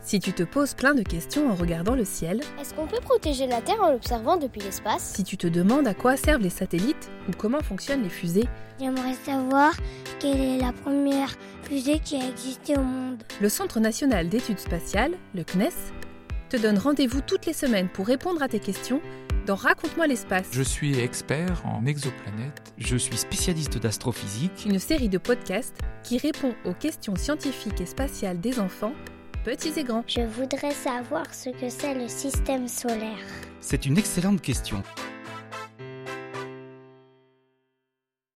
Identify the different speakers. Speaker 1: Si tu te poses plein de questions en regardant le ciel,
Speaker 2: Est-ce qu'on peut protéger la Terre en l'observant depuis l'espace
Speaker 1: si tu te demandes à quoi servent les satellites ou comment fonctionnent les fusées,
Speaker 2: J'aimerais savoir quelle est la première fusée qui a existé au monde.
Speaker 1: le Centre national d'études spatiales, le CNES, te donne rendez-vous toutes les semaines pour répondre à tes questions dans Raconte-moi l'espace,
Speaker 3: Je suis expert en exoplanètes.
Speaker 4: Je suis spécialiste d'astrophysique.
Speaker 1: une série de podcasts qui répond aux questions scientifiques et spatiales des enfants, petits et grands.
Speaker 2: Je voudrais savoir ce que c'est le système solaire.
Speaker 4: C'est une excellente question.